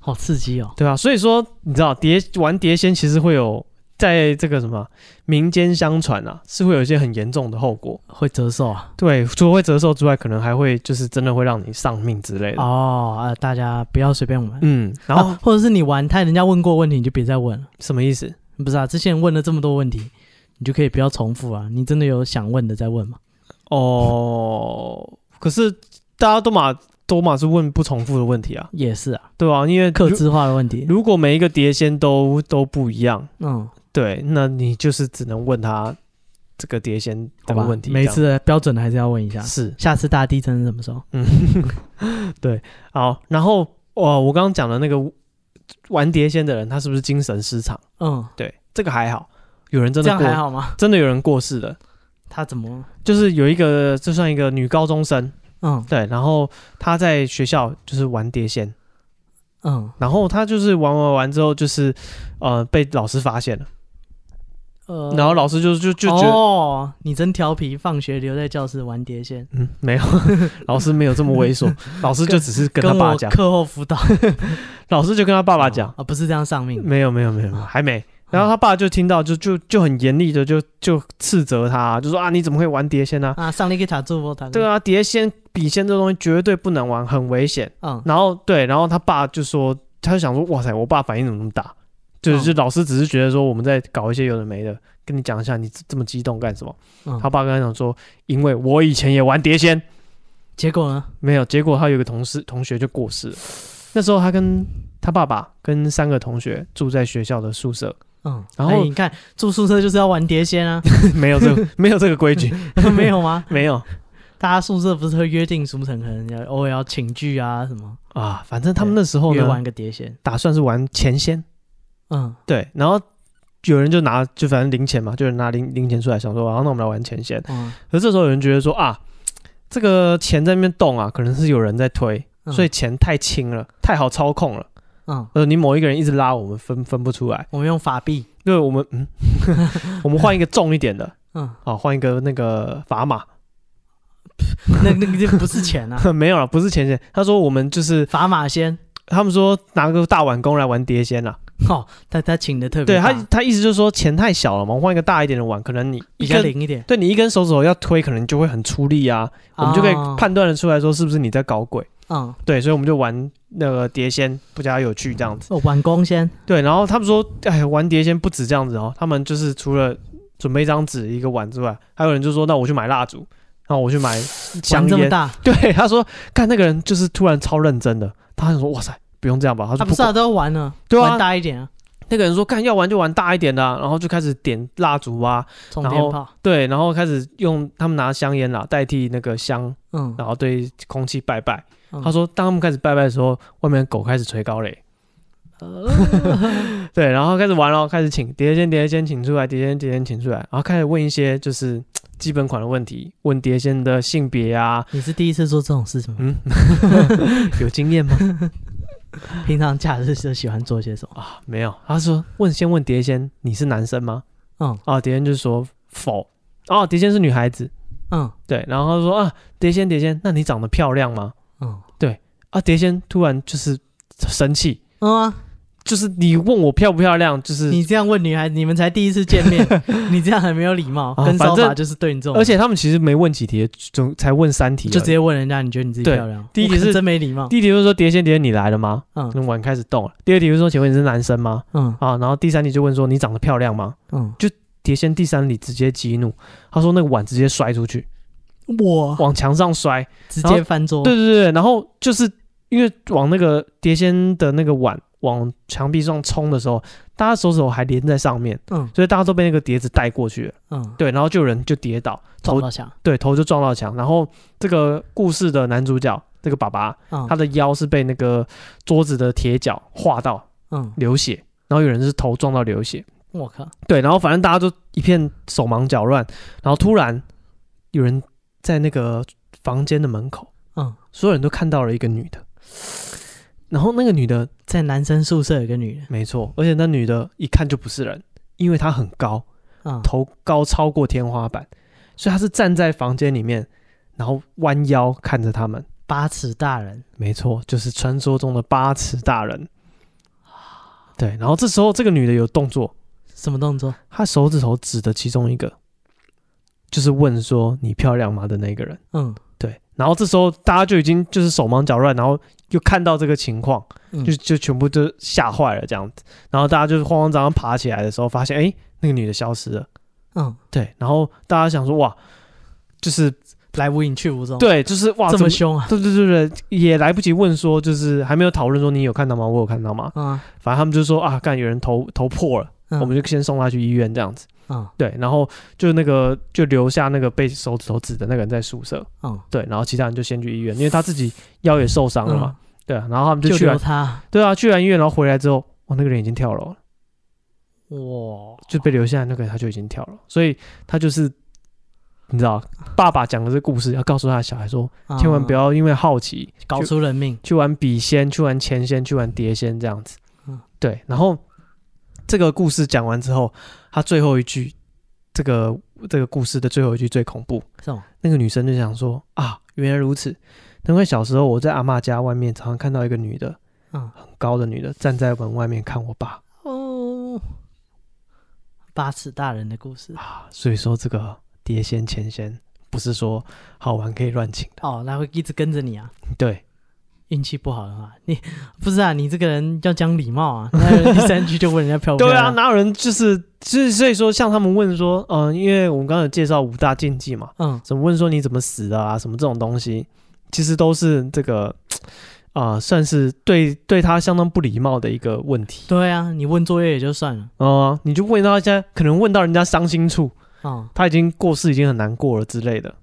B: 好刺激哦，
C: 对吧、所以说你知道碟玩碟仙其实会有在这个什么民间相传啊，是会有一些很严重的后果。
B: 会折寿啊，
C: 对，除了会折寿之外，可能还会就是真的会让你丧命之类的。
B: 哦啊，大家不要随便玩，
C: 嗯，然后、
B: 啊或者是你玩太人家问过问题，你就别再问了。
C: 什么意思？
B: 不是啊，之前问了这么多问题，你就可以不要重复啊。你真的有想问的再问嘛？
C: 哦，可是大家都嘛都嘛是问不重复的问题啊，
B: 也是啊，
C: 对啊，因为
B: 克
C: 如
B: 制化的问题。
C: 如果每一个碟仙都都不一样，
B: 嗯，
C: 对，那你就是只能问他这个碟仙
B: 好
C: 的
B: 吧
C: 问题。
B: 每次的标准还是要问一
C: 这
B: 下
C: 样。是
B: 下次嗯大地震是什么时候？
C: 好，然后哦，我刚刚讲的那个玩碟仙的人，他是不是精神失常？
B: 嗯，
C: 对，这个还好，有人真
B: 这
C: 的
B: 样还
C: 过，
B: 好吗？
C: 真的有人过世了，
B: 他怎么？
C: 就是有一个，就算一个女高中生，
B: 嗯
C: 对，然后她在学校就是玩碟仙，
B: 嗯
C: 然后她就是玩玩玩之后，就是呃被老师发现了，
B: 呃
C: 然后老师就就就觉得。
B: 哦，你真调皮，放学留在教室玩碟仙，
C: 嗯，没有， 老师没有这么猥琐，老师就只是跟他哦爸
B: 我
C: 讲，
B: 课后辅导，
C: 老师就跟他爸爸讲，
B: 啊，不是这样上命。
C: 没有没有没有，还没。然后他爸就听到，就就就很严厉的就就斥责他，就说啊你怎么会玩碟仙呢、啊？
B: 啊，上了一个塔做波塔，
C: 对，啊，碟仙、笔仙这东西绝对不能玩，很危险。
B: 嗯，
C: 然后对，然后他爸就说，他就想说，哇塞，我爸反应怎么那么大？就是、
B: 嗯
C: 就老师只是觉得说我们在搞一些有的没的，跟你讲一下，你这这么激动干什么？
B: 嗯
C: 他爸跟他讲说，因为我以前也玩碟仙，
B: 结果呢？
C: 没有，结果他有个同事同学就过世了。那时候他跟他爸爸跟三个同学住在学校的宿舍，
B: 嗯，
C: 然后
B: 哎你看住宿舍就是要玩碟 仙啊，
C: 没有这个没有这个规矩，
B: 没有吗？
C: 没有
B: 大家宿舍不是会约定俗成，可能要偶尔要请聚啊什么，
C: 啊。反正他们那时候
B: 约
C: 呢
B: 玩，个碟仙。
C: 打算是玩钱仙，
B: 嗯
C: 对，然后。有人就拿，就反正零钱嘛，就有人拿零零钱出来，想说，然后那我们来玩钱仙。
B: 嗯，
C: 可是这时候有人觉得说啊，这个钱在那边动啊，可能是有人在推，
B: 嗯
C: 所以钱太轻了，太好操控了。
B: 嗯，
C: 呃，你某一个人一直拉，我们分分不出来。
B: 我们用法币，
C: 因为我们嗯， 我们换一个重一点的，
B: 嗯，
C: 啊，换一个那个砝码，
B: 那那个就不是钱啊，
C: 没有了，不是钱钱。他说我们就是，
B: 砝码仙。
C: 他们说拿个大碗公来玩碟仙啦。
B: 哦，他他请的特别
C: 对
B: 大，
C: 他，他意思就是说钱太小了嘛，我们换一个大一点的碗，可能你
B: 比
C: 一
B: 较
C: 根，
B: 灵一点，
C: 对你一根手指头要推，可能就会很出力啊，我们就可以
B: 哦。
C: 判断的出来说是不是你在搞鬼。
B: 嗯，
C: 对，所以我们就玩那个碟仙，不加有趣这样子。
B: 哦玩弓仙，
C: 对，然后他们说，哎，玩碟仙不止这样子哦，他们就是除了准备一张纸、一个碗之外，还有人就说，那我去买蜡烛，然后我去买 香
B: 玩这
C: 烟
B: 么，大，
C: 对，他说，看那个人就是突然超认真的，他想说，哇塞，不用这样吧？他
B: 他
C: 说
B: 不是
C: 管
B: 啊，都要玩了，
C: 对啊
B: 玩大一点啊，
C: 那个人说，看要玩就玩大一点的啊、然后就开始点蜡烛啊，
B: 冲
C: 然
B: 天
C: 后
B: 炮，
C: 对，然后开始用他们拿香烟啦代替那个香，
B: 嗯，
C: 然后对空气拜拜。
B: 嗯
C: 他说，当他们开始拜拜的时候，外面的狗开始吹高嘞，
B: 哦
C: 对，然后开始玩了，开始请碟仙碟仙请出来，碟仙碟仙请出来，然后开始问一些就是基本款的问题，问碟仙的性别啊，
B: 你是第一次做这种事 情吗？
C: 嗯，有经验吗？
B: 平常假日是喜欢做些什么？
C: 啊，没有。他说问先问碟仙，你是男生吗？
B: 嗯
C: 啊，碟仙就说否。哦，碟仙是女孩子，
B: 嗯
C: 对。然后他说啊，碟仙碟仙，那你长得漂亮吗？
B: 嗯
C: 啊，碟仙突然就是生气，
B: 嗯啊！
C: 就是你问我漂不漂亮，就是
B: 你这样问女孩子，你们才第一次见 面，你这样很没有礼貌，
C: 啊
B: 跟
C: 反
B: 骚法
C: 正
B: 就是对你这种，
C: 而且他们其实没问几题，总才问三题而已，
B: 就直接问人家你觉得你自己
C: 对
B: 漂亮，
C: 第一题
B: 我可
C: 是
B: 真没礼貌，
C: 第一题就说碟仙碟仙你来了吗？
B: 嗯
C: 那碗开始动了。第二题就说请问你是男生吗？
B: 嗯
C: 啊，然后第三题就问说你长得漂亮吗？
B: 嗯，
C: 碟仙第三题直接激怒，他说那个碗直接摔出去，
B: 我
C: 往墙上摔，
B: 直
C: 然后
B: 接翻桌，
C: 对对对，然后就是因为往那个碟仙的那个碗往墙壁上冲的时候，大家手指头还连在上面，
B: 嗯
C: 所以大家都被那个碟子带过去了。
B: 嗯，
C: 对，然后就有人就跌倒，
B: 撞
C: 头
B: 到墙，
C: 对头就撞到墙。然后这个故事的男主角这个爸爸，
B: 嗯
C: 他的腰是被那个桌子的铁脚划到
B: 嗯，
C: 流血，然后有人是头撞到流血。
B: 我靠，
C: 对，然后反正大家都一片手忙脚乱，然后突然有人在那个房间的门口，
B: 嗯，
C: 所有人都看到了一个女的，然后那个女的
B: 在男生宿舍有个女人，
C: 没错，而且那女的一看就不是人，因为她很高，
B: 嗯
C: 头高超过天花板，所以她是站在房间里面，然后弯腰看着他们。
B: 八尺大人，
C: 没错，就是传说中的八尺大人。对，然后这时候这个女的有动作，
B: 什么动作？
C: 他手指头指的其中一个，就是问说你漂亮吗的那个人。
B: 嗯
C: 对，然后这时候大家就已经就是手忙脚乱，然后又看到这个情况，
B: 嗯
C: 就就全部都吓坏了这样子。然后大家就是慌慌张张爬起来的时候，发现哎、诶那个女的消失了。
B: 嗯，
C: 对，然后大家想说哇，就是
B: 来无影去无踪，，
C: 对，就是哇，
B: 这
C: 怎
B: 么
C: 么
B: 凶啊
C: 对对对对，也来不及问说，就是还没有讨论说你有看到吗？我有看到吗？
B: 啊！
C: 反正他们就说啊，干有人头头破了，
B: 嗯
C: 我们就先送他去医院这样子。
B: 嗯
C: 对，然后就那个就留下那个被手指头指的那个人在宿舍，
B: 嗯，
C: 对，然后其他人就先去医院，因为他自己腰也受伤了嘛，
B: 嗯
C: 对啊，然后他们就
B: 就
C: 去
B: 留
C: 完，
B: 他，
C: 对啊，去完医院，然后回来之后，哇，那个人已经跳楼了，
B: 哇，
C: 就被留下来那个人他就已经跳了，所以他就是你知道，爸爸讲的这故事要告诉他的小孩说，千万不
B: 要
C: 要因为好奇
B: 啊搞出人命，
C: 去玩笔仙，去玩钱仙，去玩碟仙这样子
B: 嗯。
C: 对，然后这个故事讲完之后，他最后一句，这个这个故事的最后一句最恐怖。
B: 是吗？
C: 那个女生就想说啊，原来如此，难怪小时候我在阿嬷家外面常常看到一个女的，
B: 嗯
C: 很高的女的站在门外面看我爸
B: 哦，八尺大人的故事
C: 啊，所以说这个碟仙钱仙不是说好玩可以乱请的。
B: 哦，那会一直跟着你啊。
C: 对，
B: 运气不好的话，你不是啊？你这个人要讲礼貌啊！那第三句就问人家漂不漂
C: 对啊，
B: 亮？
C: 哪有人就是就是所以说像他们问说，嗯、因为我们刚刚有介绍五大禁忌嘛，
B: 嗯，
C: 怎么问说你怎么死的啊，什么这种东西，其实都是这个啊、算是对对他相当不礼貌的一个问题
B: 对啊，你问作业也就算了。
C: 哦、你就问到人家，可能问到人家伤心处，
B: 哦，
C: 他已经过世，已经很难过了之类的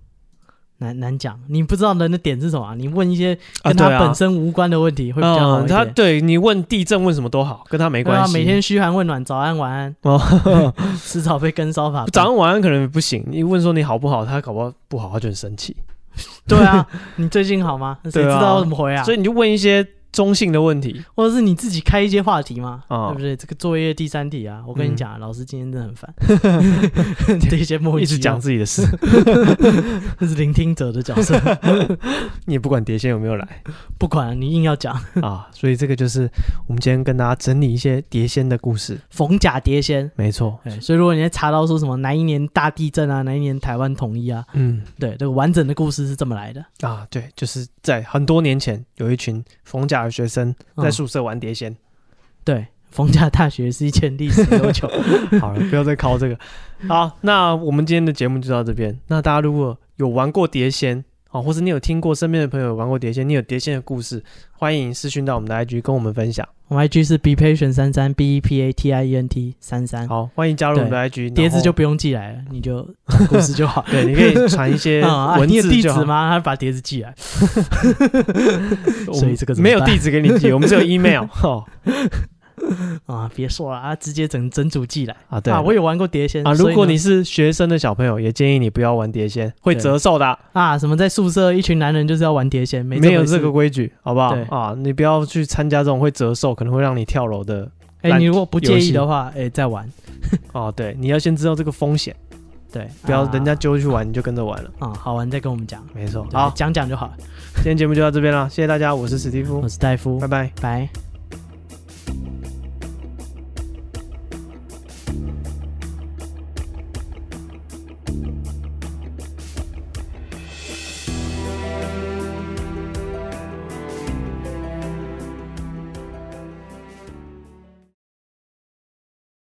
B: 难难讲，你不知道人的点是什么、啊，你问一些跟
C: 对啊
B: 他本身无关的问题会比较好一
C: 嗯
B: 点。
C: 他对你问地震问什么都好，跟他没
B: 没
C: 关
B: 啊，
C: 系。
B: 每天嘘寒问暖，早安晚安，
C: 哦，
B: 迟早被跟骚法办。
C: 早上晚安可 能不行，你问说你好不好，他搞不好不好，他就很生气。
B: 对啊，你最近 好吗？谁知
C: 对啊
B: 道要怎么回啊？
C: 所以你就问一些中性的问题。
B: 或者是你自己开一些话题嘛，
C: 哦
B: 对不对？这个作业第三题啊，我跟你
C: 嗯
B: 讲啊、老师今天真的很烦， 这一些莫
C: 一直讲自己的事，
B: 这是聆听者的角色，
C: 你也不管碟仙有没有来
B: 不管、你硬要讲，
C: 啊，所以这个就是我们今天跟大家整理一些碟仙的故事。
B: 逢甲碟仙。
C: 没错，
B: 对，所以如果你在查到说什么哪一年大地震啊，哪一年台湾统一啊，
C: 嗯
B: 对，这个完整的故事是这么来的。
C: 啊，对，就是在很多年前，有一群逢甲的学生在
B: 嗯
C: 宿舍玩碟仙，
B: 对，逢甲大学是一间历史悠久。
C: 好了，不要再考这个。 好，那我们今天的节目就到这边。那大家如果有玩过碟仙哦，或是你有听过身边的朋友有玩过碟仙，你有碟仙的故事，欢迎私讯到我们的 IG 跟我们分享。
B: 我们 IG 是 be patient 三三 b e p a t i e n t 三三，
C: 好，欢迎加入我们的 IG 然后。。
B: 碟子就不用寄来了，你就讲故事就好
C: 对，你可以传一 些
B: 嗯啊，
C: 文
B: 你有
C: 字
B: 地
C: 就
B: 址
C: 好。
B: 吗？他把碟子寄来。
C: 我们
B: 所以这个怎么
C: 没有
B: 办
C: 地址给你寄，我 们只有 email 哦。
B: 啊，别说了啊，直接整整组寄来
C: 啊，对
B: 啊！我有玩过碟仙
C: 啊，
B: 所以
C: 如果
B: 呢
C: 你是学生的小朋友，也建议你不要玩碟仙，会
B: 对
C: 折寿的啊、
B: 啊，什么在宿舍一群男人就是要玩碟仙，没
C: 没有
B: 回事
C: 这个。规矩，好不好
B: 对？
C: 啊，你不要去参加这种会折寿，可能会让你跳楼的
B: 哎，
C: 烂
B: 你如果不
C: 游
B: 介意
C: 戏
B: 的话，哎，再玩。
C: 哦，对，你要先知道这个风险，
B: 对，
C: 不要
B: 啊
C: 人家揪去玩你就跟着玩了。
B: 啊，好玩再跟我们讲。
C: 没错，
B: 对
C: 好，
B: 讲讲就好了。嗯
C: 今天节目就到这边了，谢谢大家，我是史蒂夫
B: 我，是戴夫
C: 拜，拜。
B: 拜。